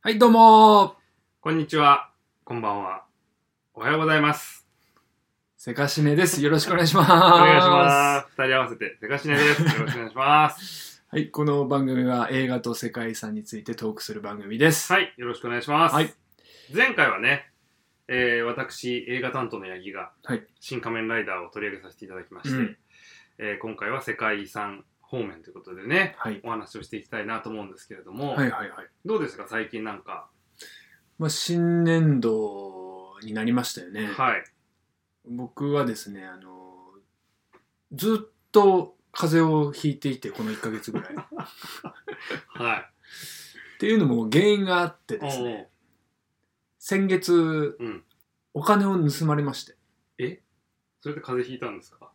はい、どうもーこんにちは。こんばんは。おはようございます。せかしねです。よろしくお願いします。おお願いします。二人合わせて、せかしねです。よろしくお願いします。す。 はい、この番組は映画と世界遺産についてトークする番組です。はい、よろしくお願いします。はい前回はね、えー私、映画担当の八木が、はい新仮面ライダーを取り上げさせていただきまして、うんえー今回は世界遺産方面ということでね、はい。お話をしていきたいなと思うんですけれども、はい、はい、はい。どうですか、最近なんか、まあ、新年度になりましたよね。はい、僕はですね、あのー、ずっと風邪をひいていて、この1ヶ月ぐ らい。っはい、ていうのも原因があってですね、お先月、ううん。お金を盗まれまして。それで風邪ひいたんですか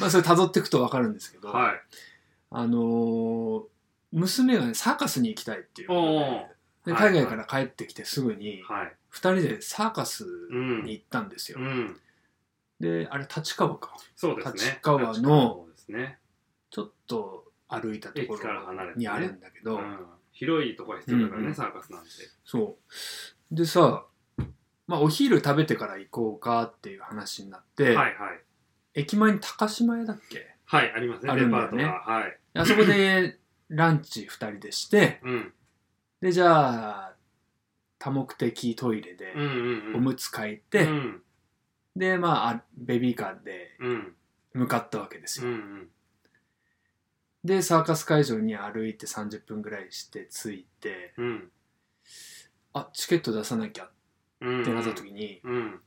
まあ、それ辿っていくとわかるんですけど、はい。あのー娘がねサーカスに行きたいっていうことおでーではい海外から帰ってきてすぐにはい。 2人でサーカスうん。に行ったんですよ、うん。であれ立川かそうですね。立川の立川方ですね。ちょっと歩いたとこ駅から離れろてねにあるんだけど、うん広いとこは必要だからね、うんサーカスなんて。そうでさまあ、お昼食べてから行こうかっていう話になって、はいはい。駅前に高島屋だっけはい、ありますね、あデるんパだーよトねが。はい。であそこでランチ2人でしてうん。でじゃあ多目的トイレでうんうんうん。おむつ替えて、うん。でまああベビーカーでうん。向かったわけですうよ、ん。でサーカス会場に歩いて30分ぐらいして着いてうん。あチケット出さなきゃうん。ってなった時に、うん。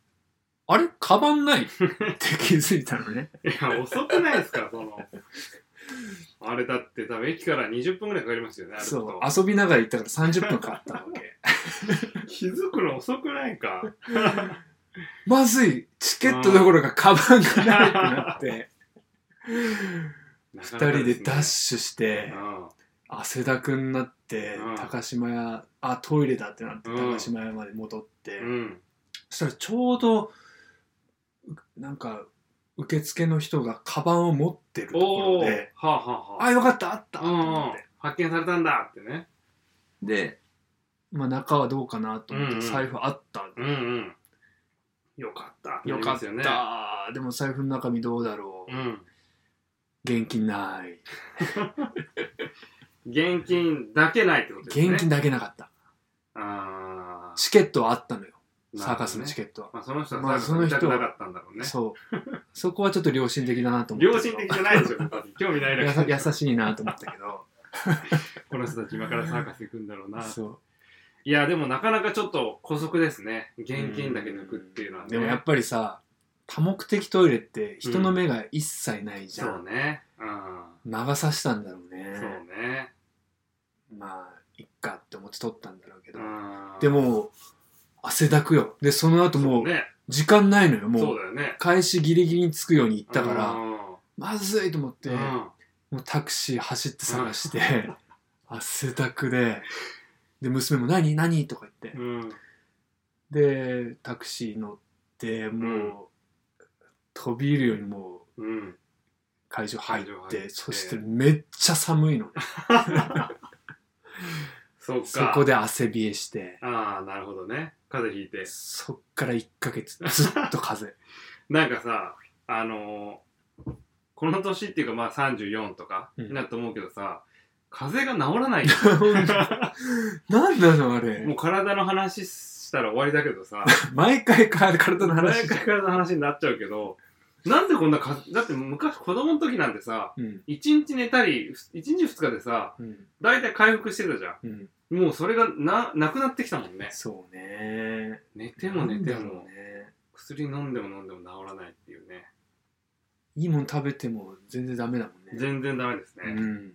あれカバンない って気づいたのねいや、遅くないですか、その。あれだって、多分駅から20分ぐらいかかりますよね、歩くそうと。遊びながら行ったから30分かかったわけ気づくの遅くないか。 まずいチケットどころかカバンがないってなって2 2人でダッシュしてうん。汗だくになってうん高島屋あトイレだってなってうん高島屋まで戻って、うん。そしたらちょうどうなんか受付の人がカバンを持ってるとこおお。ろはであは「あはあよかったあった!」あ。とうん思っうんて。発見されたんだってね。で、まあ、中はどうかなと思っうんうてん財布あった、うんうん。よかった。よなかっりますたよね。でも財布の中身どうだろう、うん。現金ない現金だけないってことですね。現金だけなかったあチケットはあったのよ、ーサーカスのチケッケットは、ト。まあその人まあはサーカス見たくなかったんだろうね。そうそこはちょっと良心的だなと思良ったけ心ど的じゃないでしょ、別に興味ないだけや さ優しいなと思ったけどこの人たち今からサーカス行くんだろうな。 そういや、でもなかなかちょっと姑息ですね。現金だけ抜くっていうのはね。でもやっぱりさ多目的トイレって人の目が一切ないじゃ、そうんね。うん。長さしたんだろうねそうね。まあいっかって思って撮ったんだろうけど、うんで、も汗だくよでその後もうね。時間ないのよもそううだよね。開始ギリギリに着くように行ったから、うんまずいと思って、うんもうタクシー走って探して、汗だくでで娘も「何何?」とか言って、うん。でタクシー乗ってもう、飛び入るようにもううん。会場入っ会場入っててそしてめっちゃ寒 いのねそうか。そこで汗冷えしてああ、なるほどね。風邪ひいて。そっから1ヶ月ずっと風 邪なんかさ、あのーこの年っていうかまあ34とかうんになると思うけどさ、風邪が治らない よ何なのあれもう体の話したら終わりだけどさ、毎回か体の毎 話回体の話になっちゃうけど、なんでこんなか、だって昔子供の時なんてさ、うん1日寝たり、1日2日でさ、うん大体回復してたじゃうんん。もうそれがな、なくなってきたもんね。そうね寝ても寝てなんだろもう、ね薬飲んでも飲んでも治らないっていうね。いいもん食べても全然ダメだもんね全然ダメですうね。ん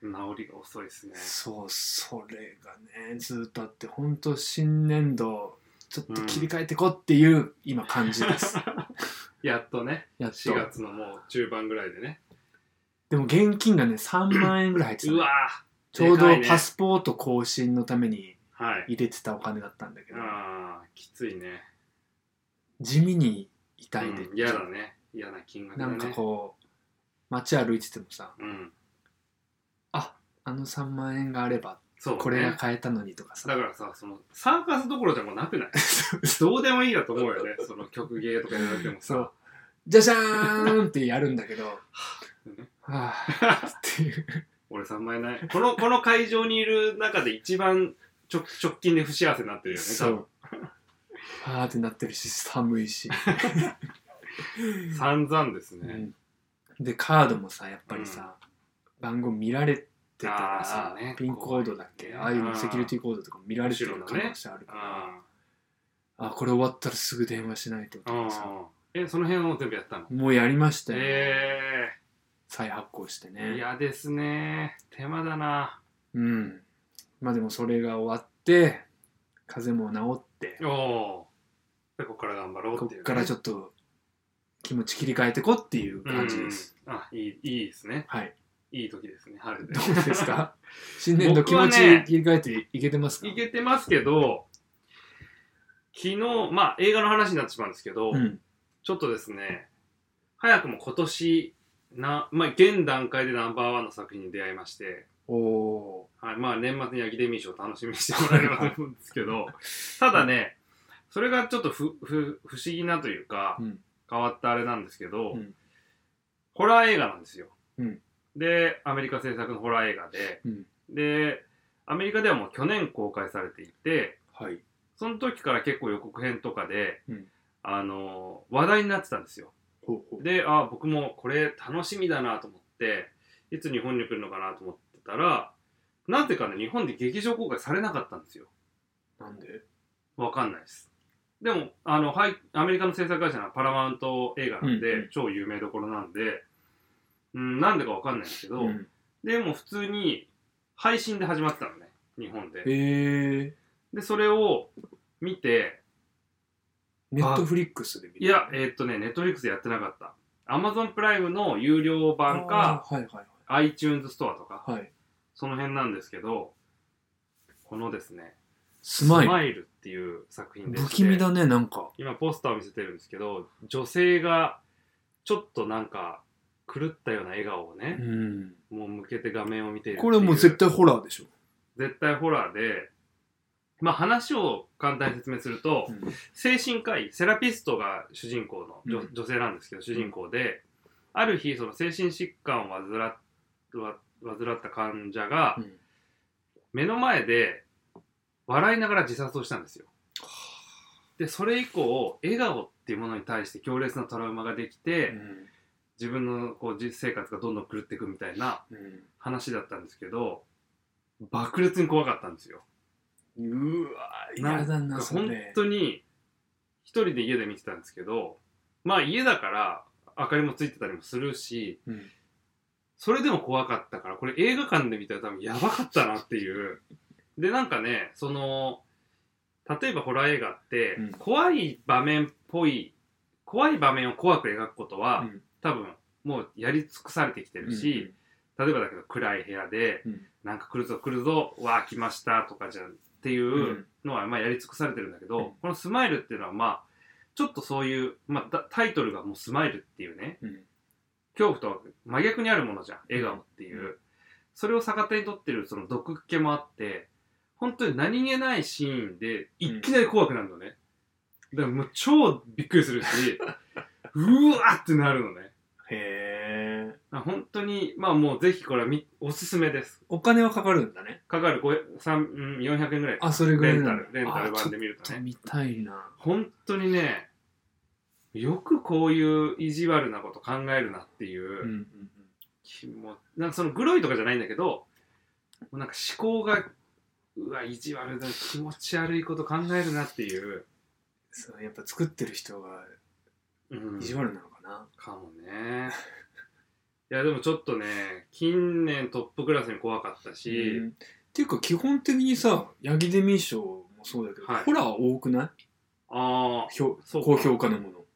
治りが遅いですね。そうそれがねずっとあって本当新年度ちょっと切り替えてこっていう今感 じですやっとね。やっ4と月のもう中盤ぐらいでねでも現金がね3万円ぐらい入ってたうのわちょうどでかいねパスポート更新のためにーはい入れてたお金だったんだけど、あーきついね、地味に痛いで、うん、嫌だね嫌な金額なだねんかこう街歩いててもさう、ん、あの3万円があればっそう、ね、これが変えたのにとかさだからさそのサーカスどころでもなくない どうでもいいやと思うよねその曲芸とかやられてもさそうじゃじゃーんってやるんだ けどはねあっていう俺3枚ないこの この会場にいる中で一番直直近で不幸せになってるよね多そ分うはあってなってるし寒いし、散々ですうね、ん、でカードもさやっぱりさ、番号見られてたらあーそさ、うねピンコードだっけ、怖いねああいうのセキュリティコードとかも見られてる可後ろのね能性あるから、ああこれ終わったらすぐ電話しないととあかさああえその辺を全部やったのもうやりましたよ、え再発行してえー、ね嫌ですね手間だなうんまあでもそれが終わって風邪も治っておおでここから頑張ろうこっていう、っからちょっと気持ち切り替えてこっていう感じです、うんあいいいいですねはいいい時ですね春でどうです か新年度気僕は持ねち切り替えていけてますかいけてますけど昨日まあ映画の話になってしまうんですけど、うんちょっとですね早くも今年な、まあ、現段階でナンバーワンの作品に出会いまして、おおはいまあ、年末にアキデミー賞を楽しみにしてもらえればと思うんですけどただねそれがちょっとふふ不思議なというか、ーうん変わったあれなんですけど、うんホラー映画なんですよ、うんでアメリカ制作のホラー映画でうんでアメリカではもう去年公開されていてはいその時から結構予告編とかで、うんあの話題になってたんですよほうほうであ僕もこれ楽しみだなと思っていつ日本に来るのかなと思ってたらなぜかね日本で劇場公開されなかったんですよなんでわかんないです。でも、あの、はい、アメリカの制作会社のパラマウント映画なんで、うんうん超有名どころなんで、うん、なんでかわかんないんですけど、うんでも普通に配信で始まってたのね、日本で。へえで、それを見て、ネットフリックスで見いや、えーっとね、ネットフリックスやってなかった。アマゾンプライムの有料版か、あーはいはい iTunes ストアとか、はいはいその辺なんですけど、このですね、スマスイルマイルっていう作品で不して気味だねなんか今ポスターを見せてるんですけど女性がちょっとなんか狂ったような笑顔をうね、んもう向けて画面を見ているっていこれもう絶対ホラーでしょ、絶対ホラーでまあ話を簡単に説明すると、うん精神科医セラピストが主人公の女,、うん女性なんですけど主人公である日その精神疾患を患っわ患った患者がうん目の前で笑いながら自殺をしたんですよ。でそれ以降笑顔っていうものに対して強烈なトラウマができて、うん自分のこう実生活がどんどん狂っていくみたいなうん話だったんですけど爆裂に怖かったんですよ。うわな嫌だなそ本れ当に一人で家で見てたんですけどまあ家だから明かりもついてたりもするしうんそれでも怖かったからこれ映画館で見たら多分やばかったなっていう。でなんかねその例えばホラー映画って、うん怖い場面っぽい怖い場面を怖く描くことは、うん多分もうやり尽くされてきてるし、例えばだけど暗い部屋で、うんなんか来るぞ来るぞわあ来ましたとかじゃんっていうんううんのはまあやり尽くされてるんだけど、うんこの「スマイル」っていうのはまあちょっとそういう、まあ、タタイトルがもう「スマイル」っていうねうん恐怖とは真逆にあるものじゃん笑顔っていう、うそれを逆手に取ってるその毒っ気もあって本当に何気ないシーンでいきなり怖くなるのね、だからもう超びっくりするし うわーってなるのねへえあ本当に、まあもうぜひこれはみおすすめです。お金はかかるんだねかかる500 3うん400円ぐらい。あそれぐらレいンなタんだル、レンタルあ版で見るちとょっとね。見たいな本当にね、よくこういう意地悪なこと考えるなっていうう、ん気もなんかそのグロいとかじゃないんだけど、もうなんか思考が、うわ、意地悪だ、気持ち悪いこと考えるなっていう、そうやっぱ作ってる人がうん意地悪なのかなかもね。 いや、でもちょっとね、近年トップクラスに怖かったし、うんっていうか基本的にさヤギデミー賞もそうだけどはいホラー多くないああ、評そうか高評価のも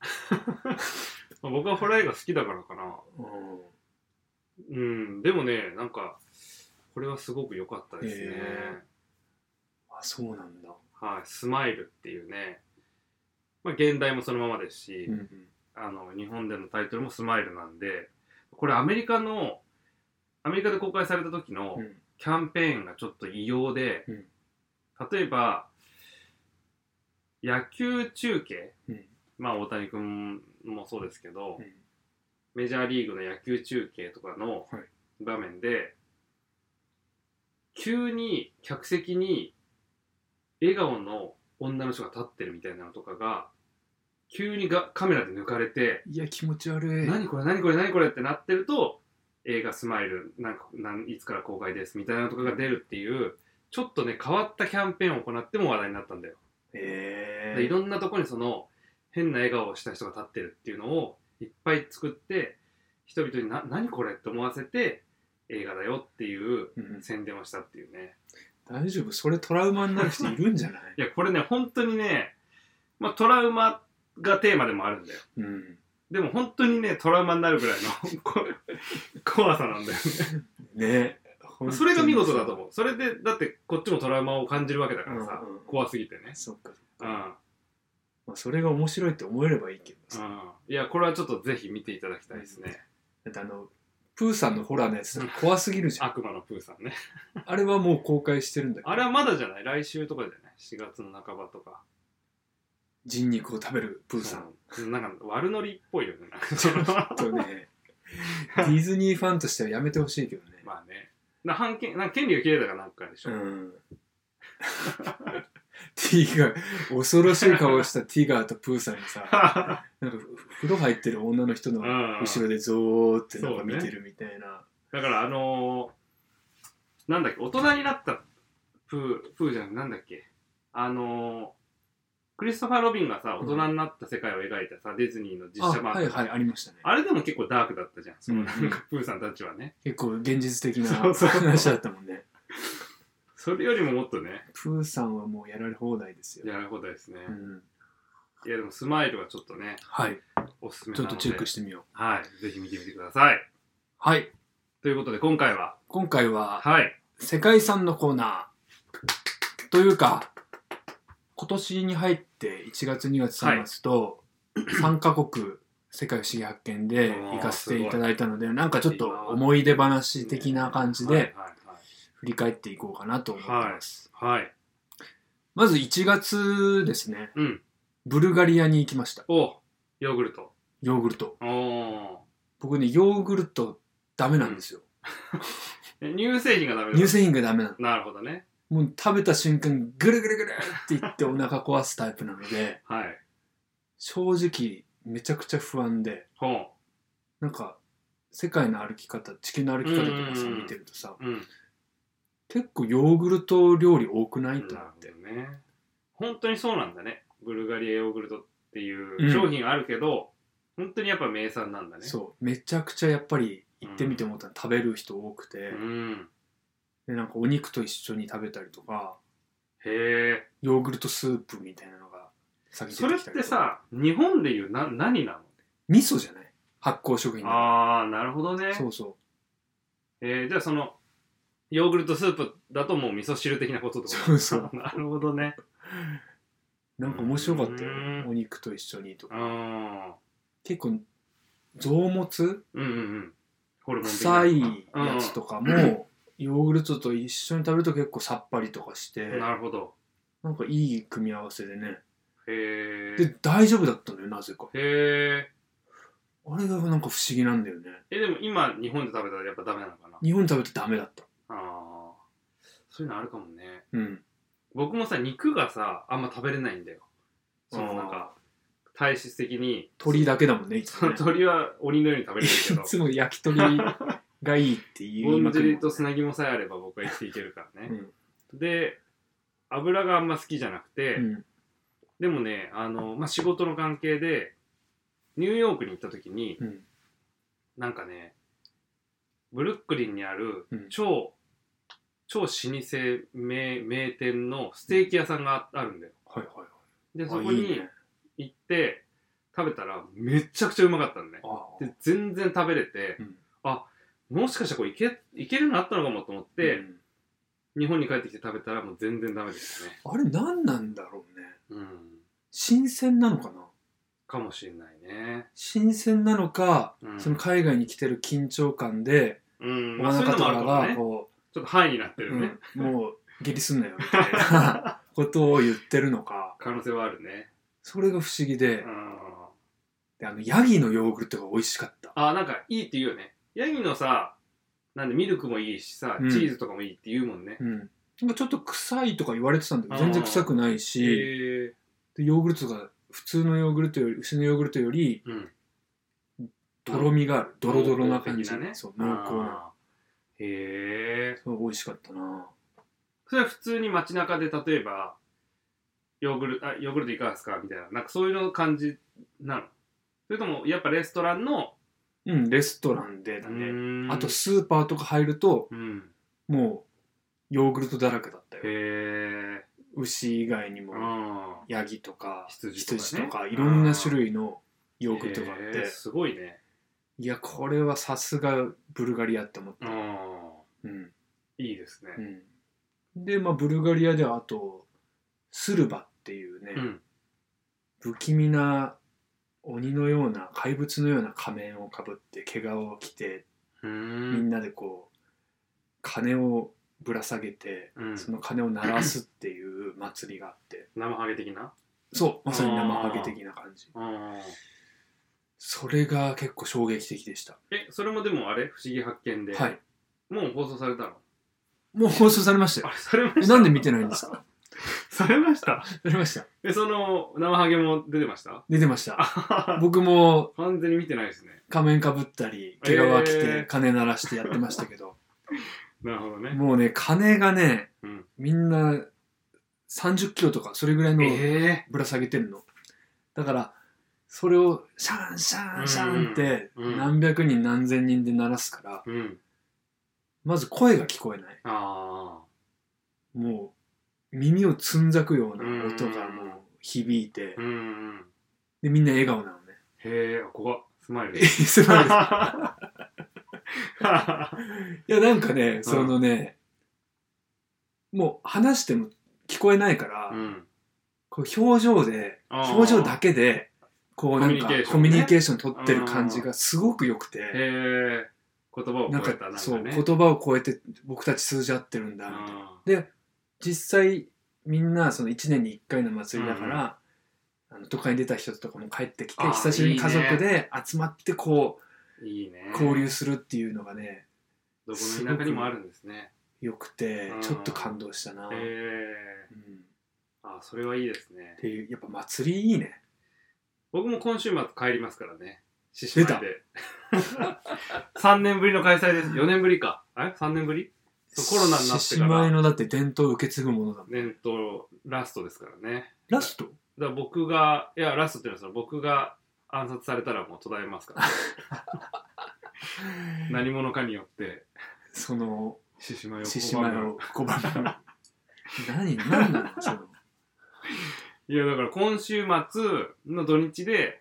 まあ僕はホラー映画好きだからかな。のうん、でもね、なんか、これはすごく良かったですね。へあそうなんだはい、スマイルっていうね、まあ、現代もそのままですし、うんうんあの、日本でのタイトルもスマイルなんで、これアメリカの、アメリカで公開された時のうんキャンペーンがちょっと異様で、うん例えば野球中継、うんまあ大谷君もそうですけど、うんメジャーリーグの野球中継とかのはい場面で、急に客席に笑顔の女の人が立ってるみたいなのとかが急にがカメラで抜かれて、いや気持ち悪い何これ何これ何これってなってると映画「スマイルなんかなんいつから公開ですみたいなのとかが出るっていうちょっとね変わったキャンペーンを行っても話題になったんだよ、えでいろんなとこにその変な笑顔をした人が立ってるっていうのをいっぱい作って人々にな何これって思わせて映画だよっていううん宣伝をしたっていうね大丈夫それトラウマになる人いるんじゃ ないいやこれね本当にね、まあ、トラウマがテーマでもあるんだようんでも本当にねトラウマになるぐらいのこ 怖さなんだよねね本当にそれが見事だと思う。それで、だってこっちもトラウマを感じるわけだからさ、うんうん怖すぎてね。そっかそっうか、ん。まあ、それが面白いって思えればいいけどうさ、ん。いや、これはちょっとぜひ見ていただきたいですね。だってあのプーさんのホラーのやつとか怖すぎるじゃん悪魔のプーさんね。あれはもう公開してるんだけどあれはまだじゃない来週とかじゃない ?4 月の半ばとか。人肉を食べるプーさん うん。なんか悪ノリっぽいよね。なんかちょ っとねディズニーファンとしてはやめてほしいけど ね、まあね。な判権なんか権利が切れたかなんかでしょ。うんティガー恐ろしい顔をしたティガーとプーさんがさ なんか風呂入ってる女の人のうん後ろでゾーってなんか見てるみたいな、だからあのー、なんだっけ、大人になったプー、プーじゃなくてなんだっけ、あのー、クリストファー・ロビンがさ、大人になった世界を描いたさ、ディズニーの実あ写版はいはいありましたねあれでも結構ダークだったじゃん、そのなうんんかプーさんたちはね。結構現実的な そうそう話だったもんねそれよりももっとね、プーさんはもうやられ放題ですよ、やることですね。うん、いや、でもスマイルはちょっとね、はいおすすめなちょのっで。とチェックしてみようはい、ぜひ見てみてください。はいということで、今回は、今回ははい、世界遺産のコーナーというか今年に入って1月2月3月と3カ国世界不思議発見で行かせていただいたのでなんかちょっと思い出話的な感じはいで振り返っていこうかなと思ってます、はい、はい。はい。まず1月ですねうん。ブルガリアに行きましたおヨーグルト。ヨーグルトおー。僕ねヨーグルトダメなんですよ、え乳製品がダメだ乳製品がダメなのなるほどね。もう食べた瞬間ぐるぐるぐるって言ってお腹壊すタイプなのではい。正直めちゃくちゃ不安でほなんか世界の歩き方地球の歩き方とかさうんうんうん見てるとさう。うん。結構ヨーグルト料理多くなないるほと思ってどね。本当にそうなんだね。ブルガリアヨーグルトっていううん商品あるけど、本当にやっぱ名産なんだね。そうめちゃくちゃやっぱり行ってみて思ったの食べる人多くてうん。でなんかお肉と一緒に食べたりとかへえ。ヨーグルトスープみたいなのが先そにれ出ってきたりてとかさ、日本でいうな何な味噌じゃない発酵食品のだかああ、なるほどねら。そうそえー、じゃあその、ヨーグルトスープだともう味噌汁的なことってことそうそう なるほどね。うなんか面白かったようんお肉と一緒にとうかん。うん結構臓物うんうん。ホルモン的な臭いやつとかもヨーグルトと一緒に食べると結構さっぱりとかしてうんなるほど。なんかいい組み合わせでねへえ。で大丈夫だったのよなぜかへえ。あれがなんか不思議なんだよねえ、でも今、日本で食べたらやっぱダメなのかな日本で食べてダメだったああ。そういうのあるかもね。うん僕もさ、肉がさ、あんま食べれないんだよ。そのなんか、体質的に。鳥だけだもんねいつそものね鳥は鬼のように食べれるけい ど、つも焼き鳥がいいって言ぼいまんくじるりもとんね砂肝さえあれば僕は生きていけるからね。うんで、油があんま好きじゃなくて、うんでもね、あの、まあ、仕事の関係で、ニューヨークに行った時に、うんなんかね、ブルックリンにあるうん超、超老舗名名店のステーキ屋さんがああるんだよ。はいはいはいで、あそこいいにね行って食べたらめちゃくちゃうまかったのね。あーで、全然食べれて、うんもしかしたらこれいけ、いけるようになったのかもと思って、うん日本に帰ってきて食べたらもう全然ダメでしたね。あれ何なんだろううねん。新鮮なのかなかもしれないね。新鮮なのかうん。その海外に来てる緊張感で、うん。おまあ、そういう腹のともあかるかもがね。こうちょっとハイになってるね、うんもう下痢すんなよみたい なことを言ってるのか可能性はあるねそれが不思議でうんであのヤギのヨーグルトが美味しかったあなんかいいって言うよねヤギのさなんでミルクもいいしさ、うんチーズとかもいいって言うもんねうんなんかちょっと臭いとか言われてたんだけあどー全然臭くないへしえでヨーグルトが普通のヨーグルトより牛のヨーグルトよりうんとろみがあるドロドロな感じ濃厚的なねそう濃厚なあーへえそう美味しかったなそれは普通に街中で例えばヨーグルあヨーグルトいかがですかみたいななんかそういうの感じなのそれともやっぱレストランのうんレストランでだねあとスーパーとか入るとうんもうヨーグルトだらけだったへよえ牛以外にうもんヤギとか羊とかね羊とかいろんな種類のヨーグルトがあっへーてすごいねいやこれはさすがブルガリアって思っうたんうんいいですねうんでまあブルガリアではあとスルバっていうね、うん不気味な鬼のような怪物のような仮面をかぶって毛皮を着てうみんんなでこう鐘をぶら下げてうんその鐘を鳴らすっていう祭りがあって生ハゲ的なそうまさに生ハゲ的な感じうんそれが結構衝撃的でしたえそれもでもあれ不思議発見ではいもう放送されたのもう放送されましたあよれされまえしなんで見てないんですかたされましたされましたえその生ハゲも出てました出てました僕も完全に見てないですね仮面かぶったり毛え皮着てー鐘鳴らしてやってました けど、なるほどねもうね鐘がね、うんみんな30キロとかそれぐらいのえぶら下げてんの、だからそれをシャンシャンシャンってうんうん何百人何千人で鳴らすからえうんまず声が聞こえないあもう耳をつんざくような音がうんもう響いてあうんうんでみんな笑顔なのねへえここスマイルえすごいです いやなんかねそのね、もう話しても聞こえないから、 うんこう表情であー表情だけでこうなんかココミミュニュニケケーション取ってる感じがすごく良くへてえ言葉をなん超かえたなんそかうね言葉を超えて僕たち通じ合ってるんだみたいなあ実際みんなその1年に1回の祭りだから、あの都会に出た人とかも帰ってきてあー久しぶりに家族で集まってこーいいねう交流するっていうのがねどこの田舎にもあるんですね良くてうんちょっと感動したな、へえうん、っあそれはいいですねていうやっぱ祭りいいね僕も今週末帰りますからね獅子出舞 たで3年ぶりの開催です4年ぶりかあれ3年ぶりそうコロナになって獅か子ら舞のだって伝統を受け継ぐものだもん伝統ラストですからねラストだから僕がいやラストっていうのはその僕が暗殺されたらもう途絶えます から、何者かによってその獅子舞を獅子舞拒を拒む何何なのそのむいやだから今週末の土日で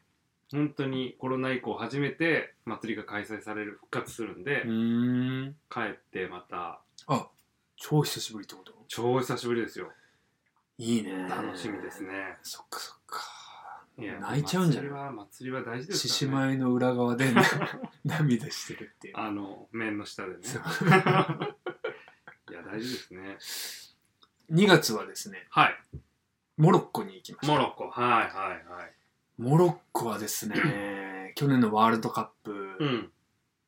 本当にコロナ以降初めて祭りが開催される復活するんで、ん帰ってまたあ超久しぶりってこと超久しぶりですよいいね楽しみですね、そっかそっかいや泣いちゃうんじゃ祭りなは祭りは大事いです獅から子ね舞の裏側で 涙してるっていうあの面の下でねそう いや大事ですね2月はですねはいモロッコに行きましたモロッコはいはいはいモロッコはです ね去年のワールドカップ、うん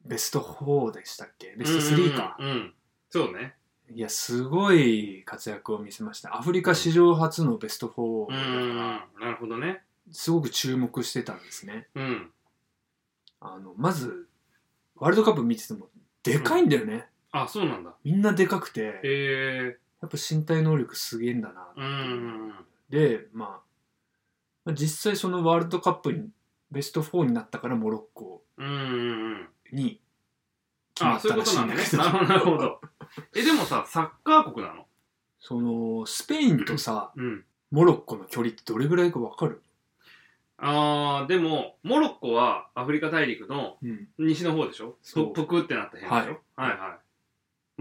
ベスト4でしたっけベスト3か、うんうんうんうんそうねいやすごい活躍を見せましたアフリカ史上初のベスト4うんだうかんうんら、なるほどねすごく注目してたんですね。うんあのまずワールドカップ見ててもでかいんだよね、あそうなんだみんなでかくてへえやっぱ身体能力すげえんだなってうんうんで、まあ、まあ実際そのワールドカップにベスト4になったからモロッコうんうんうんに決まあっそういたうこらしといなんんだねだけどなるほどなるほどえでもさサッカー国なのそのスペインとさうんモロッコの距離ってどれぐらいか分かる、あーでもモロッコはアフリカ大陸のうん、西の方でしょそぷうぷくってなった辺でしょはいはいはい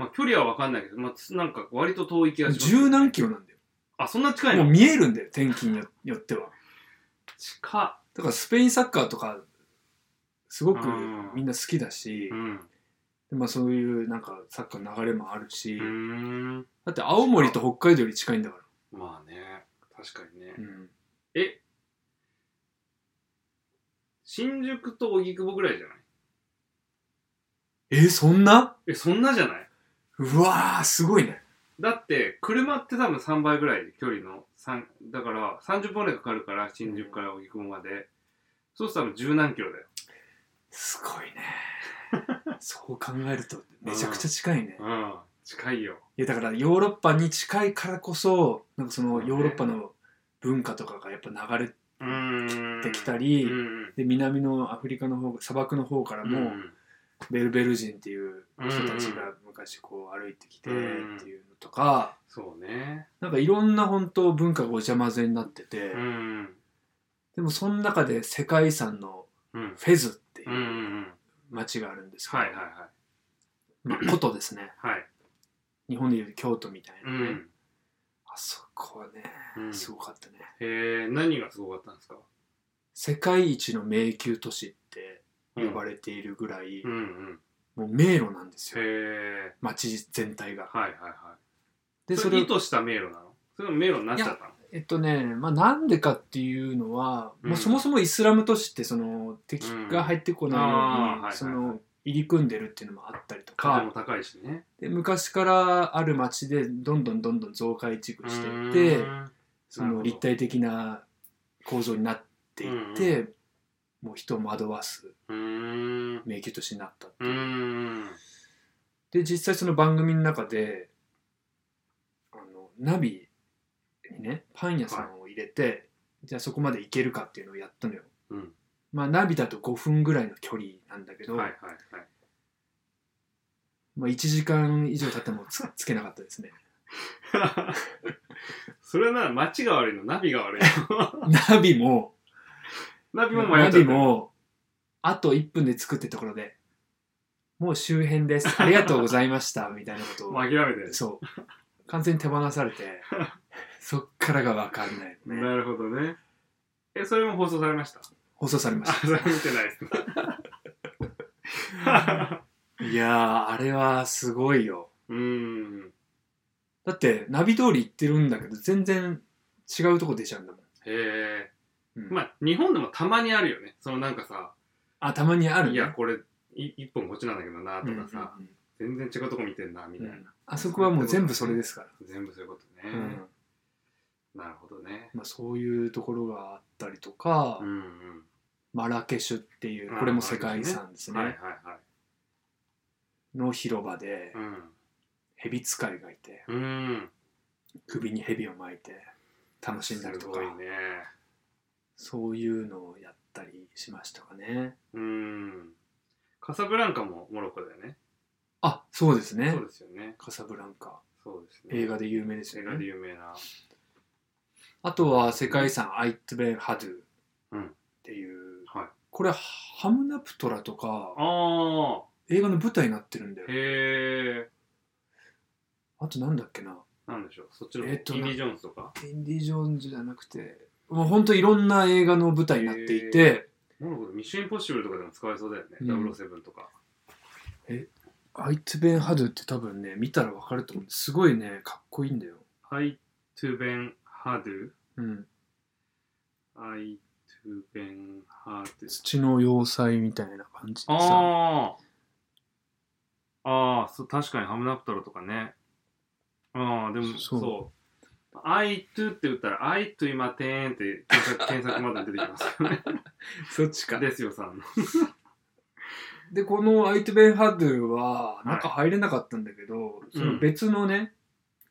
まあ距離は分かんないけどまあつなんか割と遠い気がします十何キロなんだよあそんな近いもうの見えるんだよ天気によよっては近っだからスペインサッカーとかすごくうんみんな好きだし、うんでまあそういうなんかサッカーの流れもあるし、うーん。だって青森と北海道より近いんだかまあね、確かにね。ら、うん、え新宿と荻窪ぐらいじゃないえーそんなえ、そんなじゃないうわーすごいねだって、車って多分3倍ぐらい距離の、三だから30分ぐらいかかるから、新宿から荻窪まで。そうすると多分十何キロだよ。すごいね そう考えるとめちゃくちゃ近いね、いうん、近いよ。やだからヨーロッパに近いからこそなんかそのヨーロッパの文化とかがやっぱ流れうーん。てきたり、うんうん、で南のアフリカの方砂漠の方からも、うんベルベル人っていう人たちが昔こう歩いてきてっていうのとか、そうね。なんかいろんな本当文化がお邪魔ぜになってて、うん。でもその中で世界遺産のうん。フェズっていうんうんううん。町があるんですけど、はいはいはまあ、古都です ねい。はい。日本でいう京都みたいうなね、ん。あそこはね、うんすごかったねえー、何がすごかったんですか世界一の迷宮都市って呼ばれているぐらい、うんうん。もう迷路なんですへよえ町全体がー、はいはいはい。でそそれれ意図した迷路なのそれも迷路になっちゃったのえっとね、まあ、なんでかっていうのは、うんまあ、そもそもイスラム都市ってその敵が入ってこなういんようあーにそはいはいはの入り組んでるっていうのもあったりと価格かも高いしねで昔からある町でどんどんどんどん増改築していってうーんそなるほのど立体的な構造になっていって、もう人を惑わすうーんう迷宮都市になったっていうーんで実際その番組の中であのナビにねパン屋さんを入れて、じゃあそこまで行けるかっていうのをやったのよ、うんまあナビだと5分ぐらいの距離なんだけど、はいはいはいまあ、1時間以上経ってもつつけなかったですね それなら街が悪いのナビが悪い のナビもナビも迷ナっちゃビったもあと1分で着くってところでもう周辺で すありがとうございましたみたいなこともをう諦めてそう完全に手放さ れてそっからが分かんないのねなるほどねえそれも放送されました放送され まあしたそれ見てないですいやー、あれはすごいよ。 うーんだって、ナビ通り行ってるんだけど、全然違うとこ出ちゃうんだもん。へえうんまあ日本でもたまにあるよねそのなんかさあ、たまにあるね。いやこれい一本こっちなんだけどなとうんうんうんかさ全然違うとこ見てんなみたいなうんあそこはもう全部それですから。全部そういうことね、うんなるほどねまあ、そういうところがあったりとか、うんうんマラケシュっていうあ、これも世界遺産ですね、はいはいはいの広場でう、ん蛇使いがいて、うん首に蛇を巻いて、楽しんだりとすかご、いねそういうのをやったりしましたかね。うんカサブランカもモロッコだよねあ、そうですね。そうですよねカサブランカ。そうですね映画で有名です映よ画でね。有名なあとは世界遺産アイトゥベルハドゥうんっていう、はいこれハムナプトラとかああ映画の舞台になってるんだよ。へえあとなんだっけな。なんでしょうそっちの、えっとインディ・ジョーンズとかインディ・ジョーンズじゃなくて、もうほんといろんな映画の舞台になっていて、モロッコでミッション・インポッシブルとかでも使えそうだよね、うん007とかアイトゥベルハドゥって多分ね、見たらわかると思うんです。すごいね、かっこいいんだよ。ハイ・トゥ・ベン・ハドゥうん。ハイ・トゥ・ベン・ハドゥ土の要塞みたいな感じでさ。ああ。ああ、そう、確かにハムナプトロとかね。ああ、でも、そそうう。I to って打ったら、I to 今てーんって検索検索まで出てきます よね。そっちか。で、ですよさんの。このアイトゥベルハドゥは、中入れなかったんだけど、その別のね、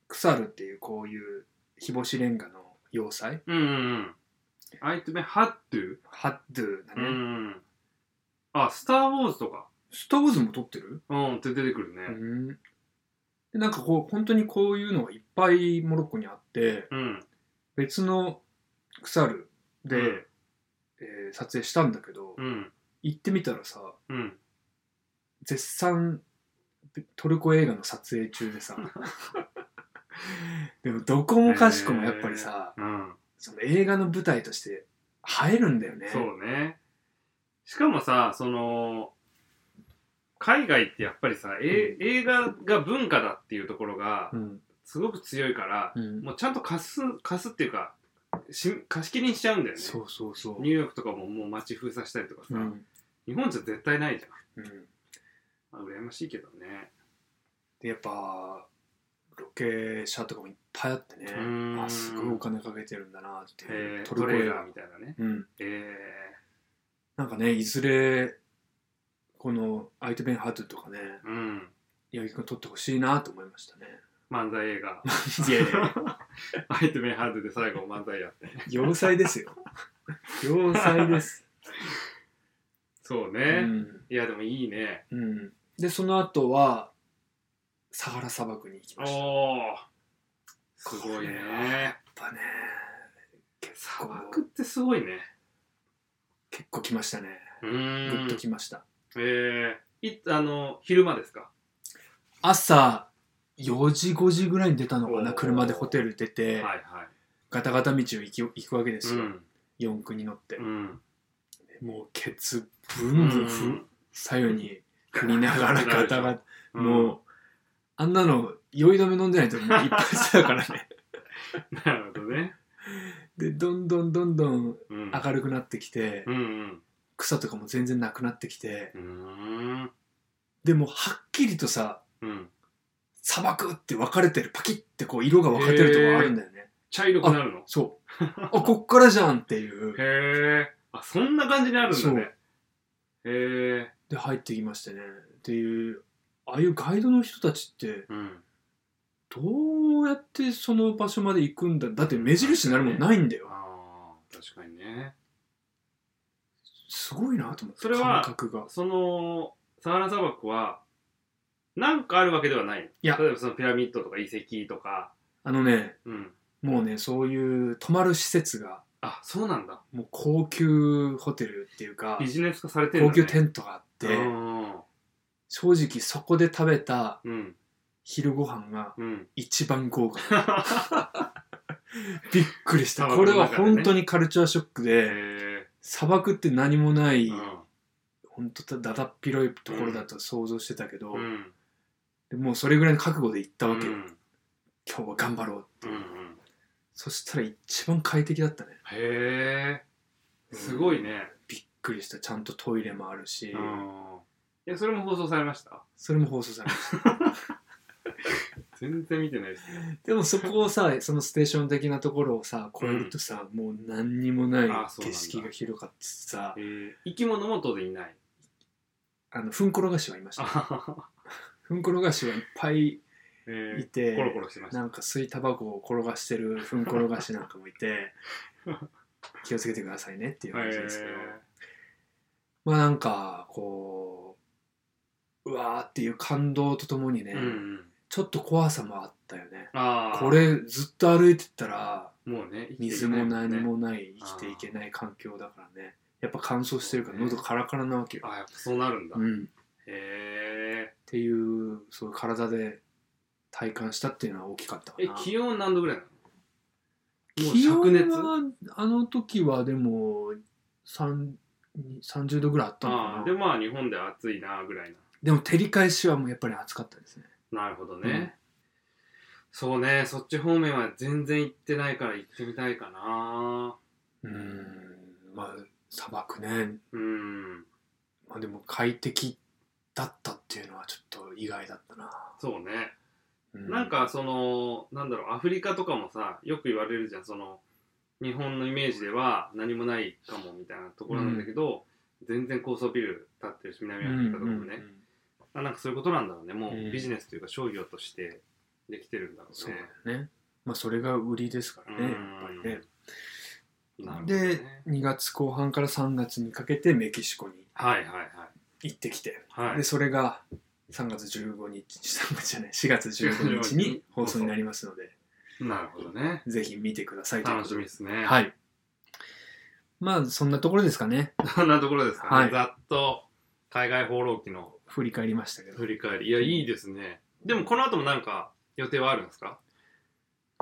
クサルっていうこういう日干しレンガの要塞。うんうんうん。I to ね、had to。ハッドゥだうね、んうん。あ、スター・ウォーズとか。スター・ウォーズも撮ってる、うん、って出てくるうね。ん、でなんかこう本当にこういうのがいっぱいモロッコにあってうん。別の腐るで、うんえー撮影したんだけど、うん。行ってみたらさうん。絶賛トルコ映画の撮影 中でさでもどこもかしこもやっぱりさ、うん。その映画の舞台として映えるんだよねそうね。しかもさ、その、海外ってやっぱりさ、え映画が文化だっていうところがうんすごく強いから、うんもうちゃんと貸す貸すっていうかし貸し切りにしちゃうんだよねそうそうそうニューヨークとかももう街封鎖したりとかさ、うん日本じゃ絶対ないじゃんうんまあ、羨ましいけどねでやっぱロケ車とかもいっぱいあってねうんあすごいお金かけてるんだなっていえうートレーラーみみたいなねたいな、うん、えなんかねいずれこの「アイトベンハート」とかねー、うん八木君撮ってほしいなと思いましたね漫才映画 いやいやアイテム ハードで最後漫才やって要塞ですよ 要塞です、そうね、うんいやでもいいねうん、でその後はサハラ砂漠に行きおましたやっおすごいこねぱね結砂構漠ってすごいね結構来ましたねうグッとん来ましたえー、いあの昼間ですか朝4時5時ぐらいに出たのかなおー車でホテル出はていはいガタガタ道を行き行くわけですうよ、ん四駆に乗ってう、んもうケツブンブンふ、左右に振りな がらガタガタ、うんもうあんなの酔い止め飲んでないともう 一発だからね なるほどねでどんどんどんどんうん明るくなってきて、うんうん草とかも全然なくなってきてうーんでもはっきりとさうん砂漠って分かれてるパキッてこう色が分かれてるとこあるんだよね、茶色くなるのそう あこっからじゃんっていうへえあそんな感じにあるんだねへえで入ってきましてねっていうああいうガイドの人たちってうんどうやってその場所まで行くんだだって目印になるもんないんだよあー確かにねすごいなと思ってそれは感覚がそのサハラ砂漠はなんかあるわけではないいや例えばそのピラミッドとか遺跡とかあのねうんもうねそういう泊まる施設があそうなんだもう高級ホテルっていうかビジネス化されてるん高だ、ね、級テントがあってうん正直そこで食べたうん昼ご飯がうん一番豪華 びっくりした砂こ漠れのは中でね本当にカルチャーショックへでえ砂漠って何もない、う本当だだっ広いところだと想像してたけど、んうんでもうそれぐらいの覚悟で行ったうわんけ、うよん今日は頑張ろうって、うんそしたら一番快適だったねへえすごいねびっくりしたちゃんとトイレもあるし、うんいやそれも放送されましたそれも放 送されまし全然見てないですねたでもそこをさそのステーション的なところをさ越えるとさ、もう何にもないあそうなんだ景色が広かってさえー生き物も当然い ないあのふんころがしはいましたふんころがしはいっぱいえいて、コロコロしてましたなんか吸いタバコを転がしてるふんころがしなんかも いて気をつけてくださいねっていう話ですけど、まあなんかこううわーっていう感動とともにね、えーうんちょっと怖さもあったよねああこれずっと歩いてったらもうね生きていけ水ないもんね何もない生きていけない環境だからねやっぱ乾燥してるから喉カラカラなわけよ、あやっぱそうなるんだ、うへん、っえていうそういう体で体感したっていうのは大きかったかえな気温何度ぐらいなのもう気灼温熱はあの時はでも3 30度ぐらいあったのかあなあででもまあ日本で暑いなぐらい照り返しはもうやっぱり暑かったですねななるほどね、うんそうねそっち方面は全然行ってないから行ってみたいかなうんまあ砂漠ね、うんまあ、でも快適だったっていうのはちょっと意外だったな、そうね、うなんかそのなんだろうアフリカとかもさよく言われるじゃんその日本のイメージでは何もないかもみたいなところなんだけど、全然高層ビル建ってるし南アフリカとかもね、うんうんうんあなんかそういうことなんだろうねもううんビジネスというか商業としてできてるんだろうそうねだ、よね。まあそれが売りですからね、やっぱりね。なるほどねで、2月後半から3月にかけてメキシコにはいはい行ってきて、はいはいでそれが3月15日、3月じゃない、4月15日に放送になりますので、なるほどねぜひ見てくださいというこ楽としみで。ですねはいい。まあそんなところですかね。 そんなところですかね、はいざっと海外放浪記の振り返りましたけど振。り返りいやいいですねでもこの後もなんか予定はあるんですか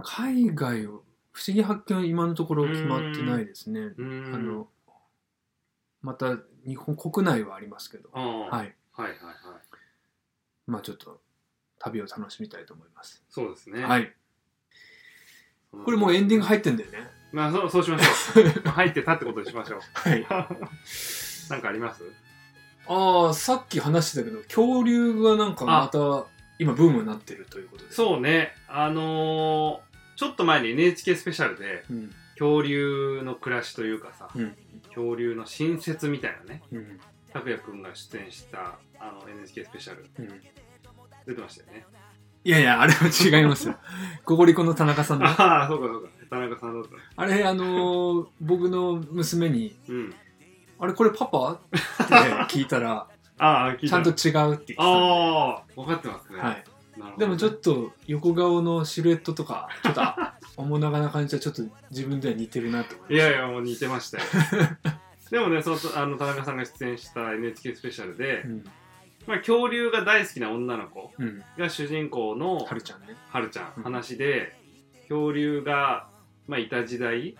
海外を、不思議発見は今のところ決まってないですね。うーんあの、また日本国内はありますけど。あーはい。はいはいはいまあちょっと旅を楽しみたいと思います。そうですね。はい。これもうエンディング入ってんだよね。まあ、そうそうしましょ う。まあ入ってたってことにしましょう。はい。なんかありますああ、さっき話してたけど、恐竜がなんかまた今ブームになってるということで。そうね。あのーちょっと前に NHK スペシャルで、う。うん。恐竜の暮らしというかさ、うん恐竜の新説みたいなね、うん。拓也くんが出演したあの NHK スペシャル、うん。出てましたよね。いやいや、あれは違いま すよ。ココリコの田中さんね。ああ、そうかそうか。田中さんだったね。あれ、あのー僕の娘に、うん。あれこれパパって聞いた ら、ああ、聞いちたゃんと違うって言ってたんああ、分かってますね。で。はい。なるほどねでもちょっと横顔のシルエットとか、ちょっとあ 面長な感じはちょっと自分では似てるなと思いました。いやいや、もう似てま したよ。でもね、そのあの田中さんが出演した NHK スペシャルで、うん。まあ、恐竜が大好きな女の子うん。が主人公のはるちゃんね。はるちゃんうん話で、恐竜が、まあ、いた時代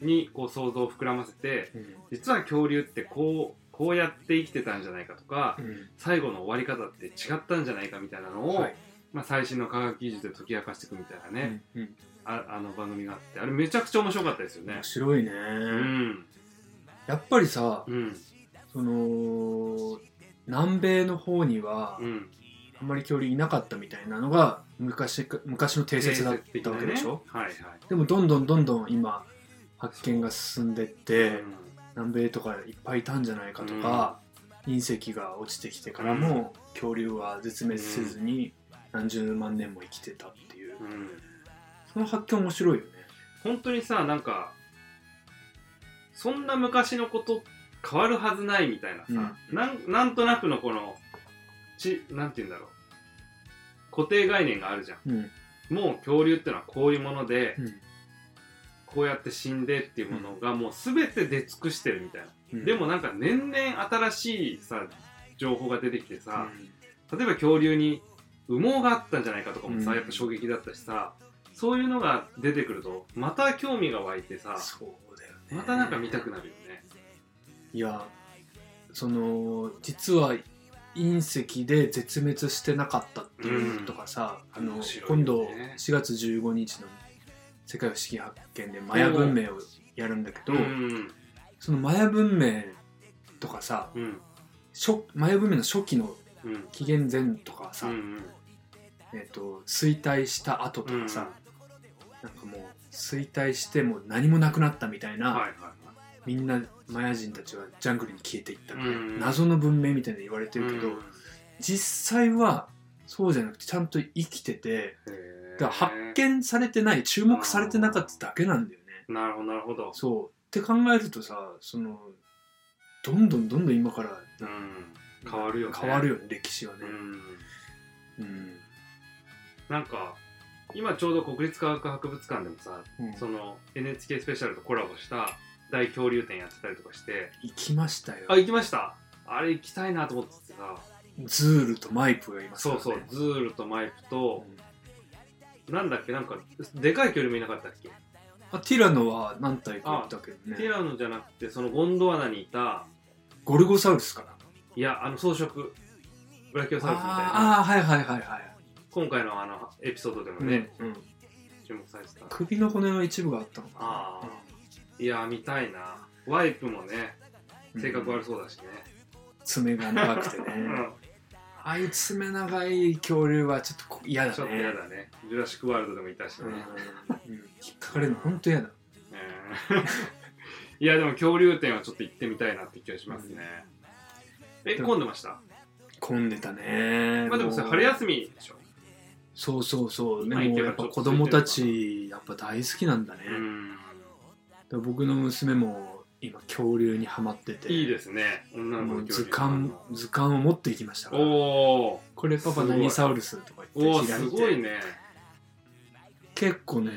にこう想像を膨らませてうん。実は恐竜ってこうこうやって生きてたんじゃないかとかうん。最後の終わり方って違ったんじゃないかみたいなのを、はい。まあ、最新の科学技術で解き明かしていくみたいなうね、ん。うんああの番組があってあれめちゃくちゃ面白かったですよね面。白いね。うん、やっぱりさ、うん、その南米の方にはうんあんまり恐竜いなかったみたいなのが昔か昔の定説だったわけで定説的しょ、なねはいはい。でもどんどんどんどん今発見が進んでって、南米とかいっぱいいたんじゃないかとか、隕石が落ちてきてからも恐竜は絶滅せずに何十万年も生きてたっていううんうんその発見面白いよね。本当にさなんかそんな昔のこと変わるはずないみたいなさ、なんなんとなくのこのちなんて言うんだろう固定概念があるじゃうんんもう恐竜ってのはこういうものでうんこうやって死んでっていうものがもう全て出尽くしてるみたいな、うん、でもなんか年々新しいさ情報が出てきてうさ、ん例えば恐竜に羽毛があったんじゃないかとかもさ、うんやっぱ衝撃だったしさそういうのが出てくるとまた興味が湧いてさそうだよねまたなんか見たくなるよね。いやその実は隕石で絶滅してなかったっていうとかさ、うんあの面白いよね今度4月15日の「世界不思議発見」でマヤ文明をやるんだけど、うん。そのマヤ文明とかさうん。初マヤ文明の初期のうん。紀元前とかうさ、ん。えー、と衰退した後とかさ、なんかもう衰退してもう何もなくなったみたいな、はいはいみんなマヤ人たちはジャングルに消えていったみたいな、うん謎の文明みたいなの言われてはい。るけど、うん実際はそうじゃなくてちゃんと生きててへーだから発見されてない注目されてなかっただけなんだよね。なるほど、なるほど。そうって考えるとさそのどんどんどんどん今からうん。変わるよね。変わるよね歴史はねう。ん。うんなんか、今ちょうど国立科学博物館でもさ、うんその NHK スペシャルとコラボした大恐竜展やってたりとかして、行きましたよあ、行きましたあれ行きたいなと思っててさ、ズールとマイプがいますからそうねそう、ズールとマイプと、うんなんだっけ、なんか、でかい恐竜もいなかったっけあティラノは何体か行ったけどティねラノじゃなくてそのゴンドワナにいたゴルゴサウルスかないやあの装飾ブラキオサウルスみたいなあーあーはいはいはいはい今回のあのエピソードでもね、うんうん注目されてた首の骨の一部があったのかなああいや見たいなワイプもね性格悪そうだしね、爪が長くてね うんああいう爪長い恐竜はちょっとこ嫌だねちょっと嫌だねジュラシックワールドでもいたしね、うんうん引っかかれるの本当嫌だえー いやでも恐竜展はちょっと行ってみたいなって気がしますね、えでも混んでました混んでたねまあでもさう春休みでしょそうそうそうで今も行けばやっぱ子供たちやっぱ大好きなんだねう、んで僕の娘も今恐竜にはまってていいですね女の子ものう恐竜図鑑図鑑を持っていきましたからおおこれパパすごい何サウルスとか言おっおて開すいてごいね結構ね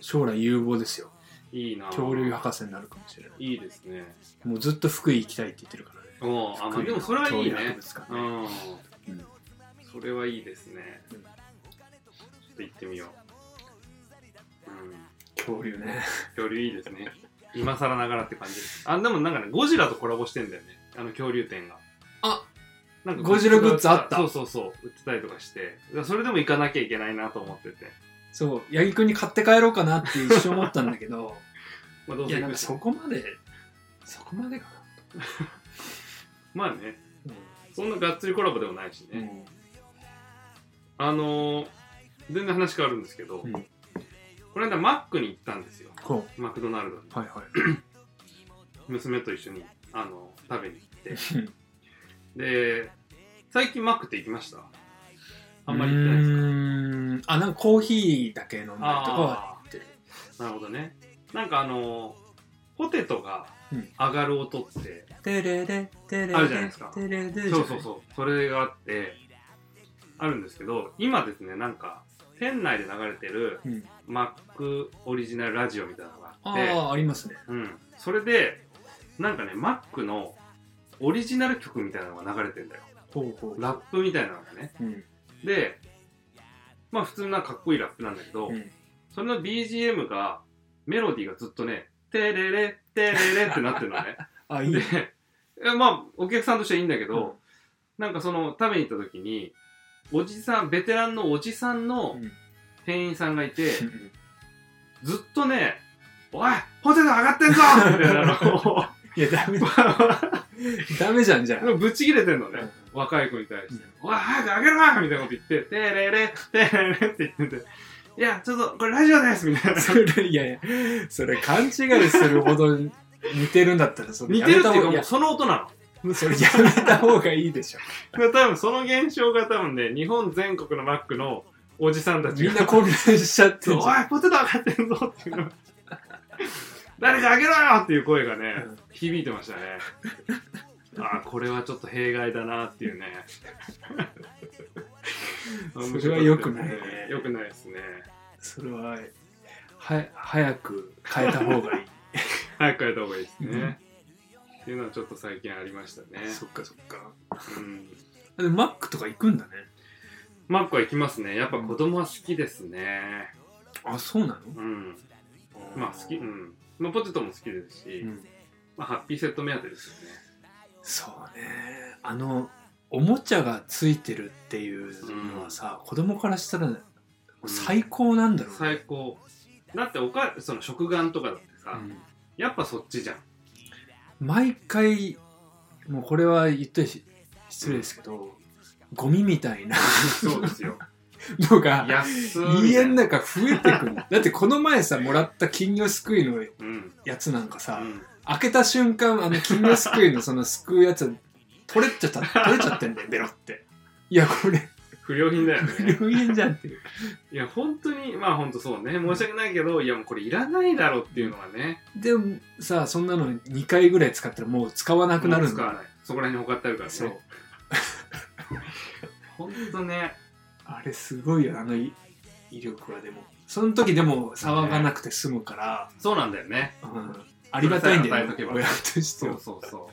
将来有望ですよいいな恐竜博士になるかもしれないいいですねもうずっと福井行きたいって言ってるからねおーあま福あ井でもそれはいいね恐う竜博物館ねんうんそれはいいですねちうょんっと行ってみよううん恐竜ね恐竜いいですね今更ながらって感じですあでもなんかねゴジラとコラボしてんだよねあの恐竜展があなんゴジラグッズあったそうそうそう、売ってたりとかして、だからそれでも行かなきゃいけないなと思ってて。そう八木くんに買って帰ろうかなって一瞬思ったんだけどまあ、どう いせや行なんくかしそこまでそこまでかまあね、な、そんながっつりコラボでもないしうね。んあのー、全然話変わるんですけど、うんこの間マックに行ったんですよ。ほマクドナルドに。うはいはい娘と一緒に、あのー食べに行って。うんで、最近マックって行きましたあんまり行ってないですうかーんあなんかコーヒーだけ飲んだりとかはあってるあ、なるほどね。なんかあのー、ポテトがうん上がる音って、テレレテレレあるじゃないですかテレレそうそううそう、それがあって、あるんですけど、今ですね、なんか、店内で流れてるうん、マックオリジナルラジオみたいなのがああって、あありますねうん、それで、なんかね、マックのオリジナル曲みたいなのが流れてんだよ。ほうほうラップみたいなのがね。うんで、まあ普通なかっこいいラップなんだけど、うんそれの BGM が、メロディーがずっとね、テレレ、テレレってなってるの ね。あいいでね、えまあ、お客さんとしてはいいんだけど、なんかその、食べに行った時に、おじさん、ベテランのおじさんのうん店員さんがいて、うんずっとね、おい、ポテト上がってんぞみたいな のを、 いやダメだダメじゃんじゃん、ぶち切れてんのね。うん若い子に対して、おい、早くあげろみたいなこと言って、てれれ、てれれって言ってて、いや、ちょっと、これラジオですみたいな。 それいやいやそれ勘違いするほど似てるんだったらそれ似やてるめってたい方うか、がいもうその音なや それやめた方がいい でしょの。多分その現象が多分ね、日本全国のマックのおじさんたちみが、んな混乱しちゃってそうんおじゃんい、ポテト上がってんぞっていうの。誰かあげろよっていう声がねうん、響いてましたね。ああ、これはちょっと弊害だなっていうね。それは良くないね良くないですね。それはは早く変えた方 がいい早く変えた方がいいですうんね。っていうのはちょっと最近ありましたね。そっかそっかうん、でもマックとか行くんだねマックは行きますね。やっぱ子供は好きですね。あそうなうん。のまあ好き、うん。まあポテトも好きですし、うんまあハッピーセット目当てですよね。そうねあのおもちゃがついてるっていうのはさ、子供からしたら最高なんだろうね、最高。だっておか、その食玩とかだってさ、うんやっぱそっちじ ゃん。毎回もうこれは言ってし失礼ですけどゴミみたいなそうですよ。のが安い。家の中増えてく るだってこの前さもらった金魚すくいのうん。うん。やつなんかさ、開けた瞬間あの金魚すくいのそのすくうやつ取れちゃった取れちゃってんだよベロっていやこれ不良品だよね。不良じゃんっていういや、本当に、まあ本当そうね。申し訳ないけど、いやもうこれいらないだろうっていうのはね。でもさそんなの2回ぐらい使ったらもう使わなくなるん使わだないそこら辺に他ってあるからねそうほんとねあれすごいよあのい威力はでもその時でも騒がなくて済むから、そうなんだよねうんありがたいんだそれよさえ与えとけねば親としてそうはそうそ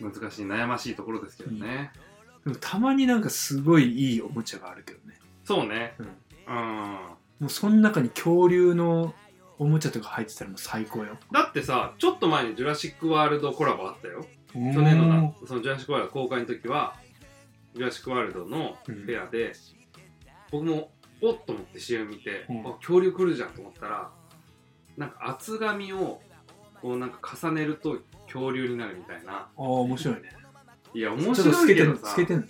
う難しい悩ましいところですけどね、でもたまになんかすごいいいおもちゃがあるけどねそうねうんうんもうその中に恐竜のおもちゃとか入ってたらもう最高よだってさちょっと前に「ジュラシック・ワールド」コラボあったよ去去年のなその「ジュラシック・ワールド」公開の時は「ジュラシック・ワールド」のフェアで、僕もおっと思って CM 見て、うんあ恐竜来るじゃんと思ったらなんか厚紙をこうなんか重ねると恐竜になるみたいなああ面白いねいや面ちょっと透白けいてけるどのさ透けてるの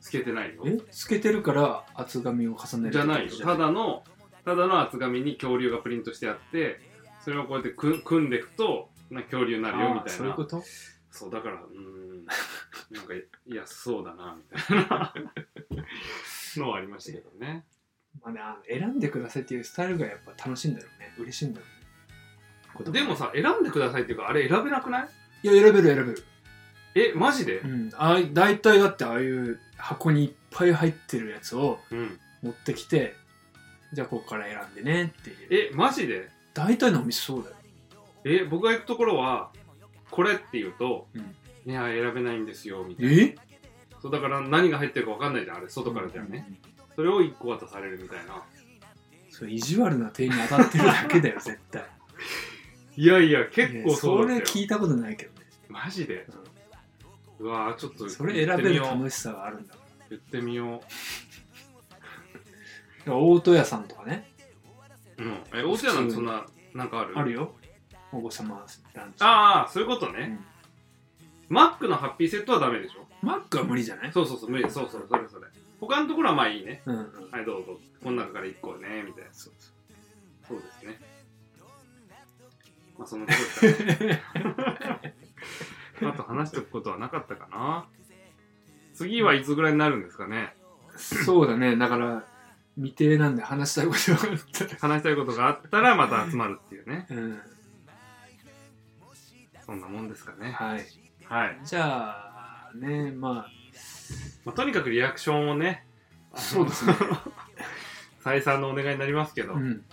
つけてないよえ透けてるから厚紙を重ねるじゃないよただのただの厚紙に恐竜がプリントしてあってそれをこうやってく組んでいくとな恐竜になあるよみーたいそういうなことそうだからうーんなんかいやそうだなみたいな のはありましたけどねまあね、あの選んでくださいっていうスタイルがやっぱ楽しいんだろうね嬉しいんだろうねでもさ選んでくださいっていうかあれ選べなくないいや選べる選べるえマジでうんあい大体だってああいう箱にいっぱい入ってるやつをうん持ってきてじゃあここから選んでねっていうえマジで大体のお店そうだよえ僕が行くところはこれって言うと、うんいや選べないんですよみたいなえそうだから何が入ってるか分かんないじゃんあれ外からじゃね、それを1個渡されるみたいなそれ意地悪な手に当たってるだけだ よ絶対いやいや、結構そうだいったやそよ。れ聞いたことないけどねマジでううんわーちょっとそれ選べる楽しさがあるんだ言ってみよ大戸屋さんとかねう、うん、え大手屋なんてそんななんかあるあるよ保護者マランチああそういうことうね、んマックのハッピーセットはダメでしょマックは無理じゃないそうそうそう無理そうそうそれそれ他のところはまあいいねうんうんはいどうぞこの中から1個ねみたいなそうそそうですねまあそのとこ ろですかねあと話しておくことはなかったかな次はいつぐらいになるんですかねうそうだねだから未定なんで話したいことがあったら話したいことがあったらまた集まるっていうねうんそんなもんですかねはいはい、じゃあねままあ、とにかくリアクションをねあそうですね再三のお願いになりますけど、うん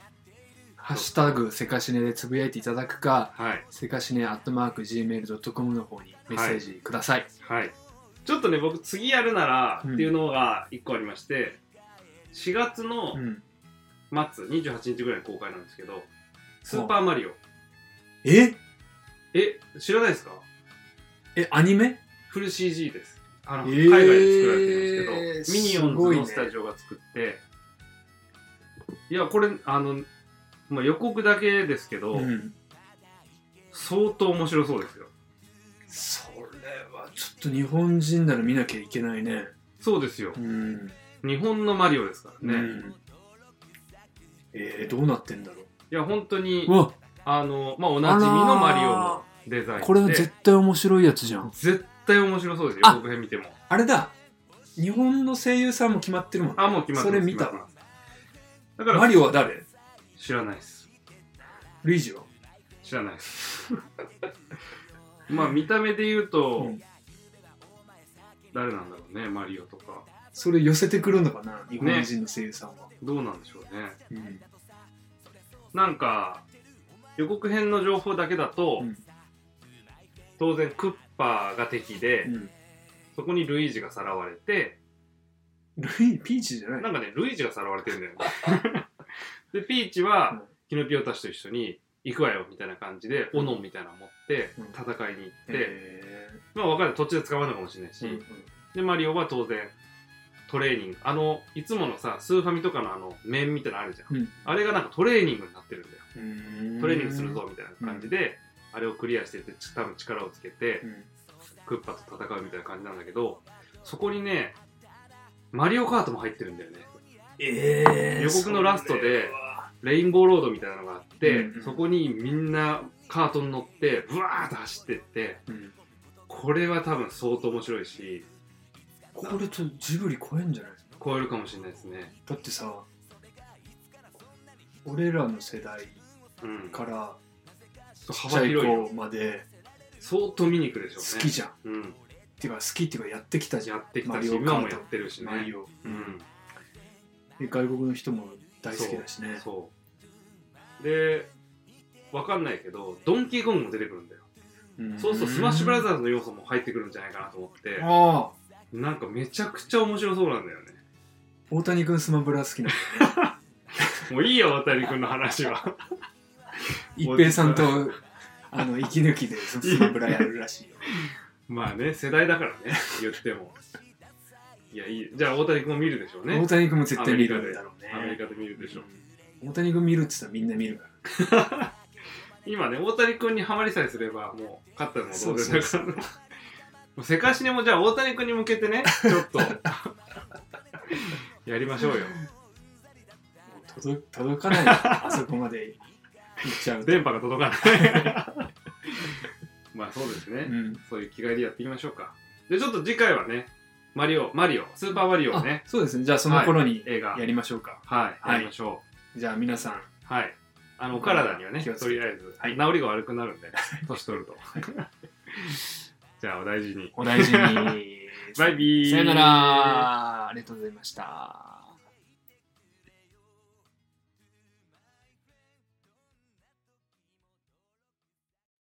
ハッシュタグセカシネでつぶやいていただくかはいセカシネアットマーク Gmail.com の方にメッセージください、はいちょっとね僕次やるならうんっていうのが1個ありまして、4月のうん、末28日ぐらいに公開なんですけど「スーパーマリオえ」え知らないですかえアニメフル CG ですあの、えー海外で作られてるんですけどミニオすごンズいねのスタジオが作ってい,、やこれあの、まあ、予告だけですけど、うん相当面白そうですよそれはちょっと日本人なら見なきゃいけないねそうですようん日本のマリオですからね、ういんえー、どうなってんだろや本当にううわあの、まあ、おなじみのマリオのデザインでこれ絶対面白いやつじゃん絶対面白そうですよあ予告編見てもあれだ日本の声優さんも決まってるもん、ね、あもう決まってますそれ見た決まわってますだからマリオは誰知らないですルイージは知らないです まあ見た目で言うと、うん誰なんだろうねマリオとかそれ寄せてくるのかな日本人の声優さんは、どうなんでしょうねうんなんか予告編の情報だけだと、うん当然クッパーが敵で、うんそこにルイージがさらわれてルイピーチじゃないなんかねルイージがさらわれてるんだよね でピーチは、キノピオたちと一緒に行くわよみたいな感じで、うん斧みたいなの持ってうん戦いに行って、えまあ分かんない途中で捕まるのかもしれないし、ーうんでマリオは当然トレーニングあのいつものさスーファミとかのあの面みたいなのあるじゃん、うんあれがなんかトレーニングになってるんだようんトレーニングするぞみたいな感じで、あれをクリアしてってち多分力をつけて、うんクッパと戦うみたいな感じなんだけどそこにねマリオカートも入ってるんだよねえー予告のラストでそれはレインボーロードみたいなのがあって、うんうんそこにみんなカートに乗ってブワーッと走ってってうんこれは多分相当面白いしこれとジブリ超えんじゃない超えるかもしれないですねだってさ俺らの世代うんからちっちゃ幅い広いよ子まで相当見に行くでしょうね好きじゃん、うん、っていうか好きっていうかやってきたじゃやんってきマたリしオ今カもーやっトてるしねマリオ、うん、で外国の人も大好きだしねそうでわかんないけどドンキーコングも出てくるんだよんそうするとスマッシュブラザーズの要素も入ってくるんじゃないかなと思ってああなんかめちゃくちゃ面白そうなんだよね大谷君スマブラ好きなの もういいよ渡君の話は一平さんとあの息抜きで スマブラやるらしいよまあね世代だからね 言ってもいやいいじゃあ大谷君も見るでしょうね大谷君も絶対見るだろうアメリねカで見るでしょううん大谷君見るって言ったらみんな見るか今ね、大谷君にハマりさえすれば、もう、勝った のも同然だそからね。もうせかしねも、じゃあ大谷君に向けてね、ちょっと、 やりましょうよ。らもう届届かないよあそこまで行っちゃうと電波が届かない。 まあ、そうですね。うんそういう気概でやっていきましょうか。で、ちょっと次回はね、マリオ、マリオ、スーパーマリオをあね、そうですねじゃあその頃に映画、やりましょうかはい、はいやりましょじゃあ皆さんう。はい。あの、お体にはね、気をつけとてりあえず、はい治りが悪くなるんで、年取る と。じゃあ、お大事に。お大事に バイビー。さよならありがとうございました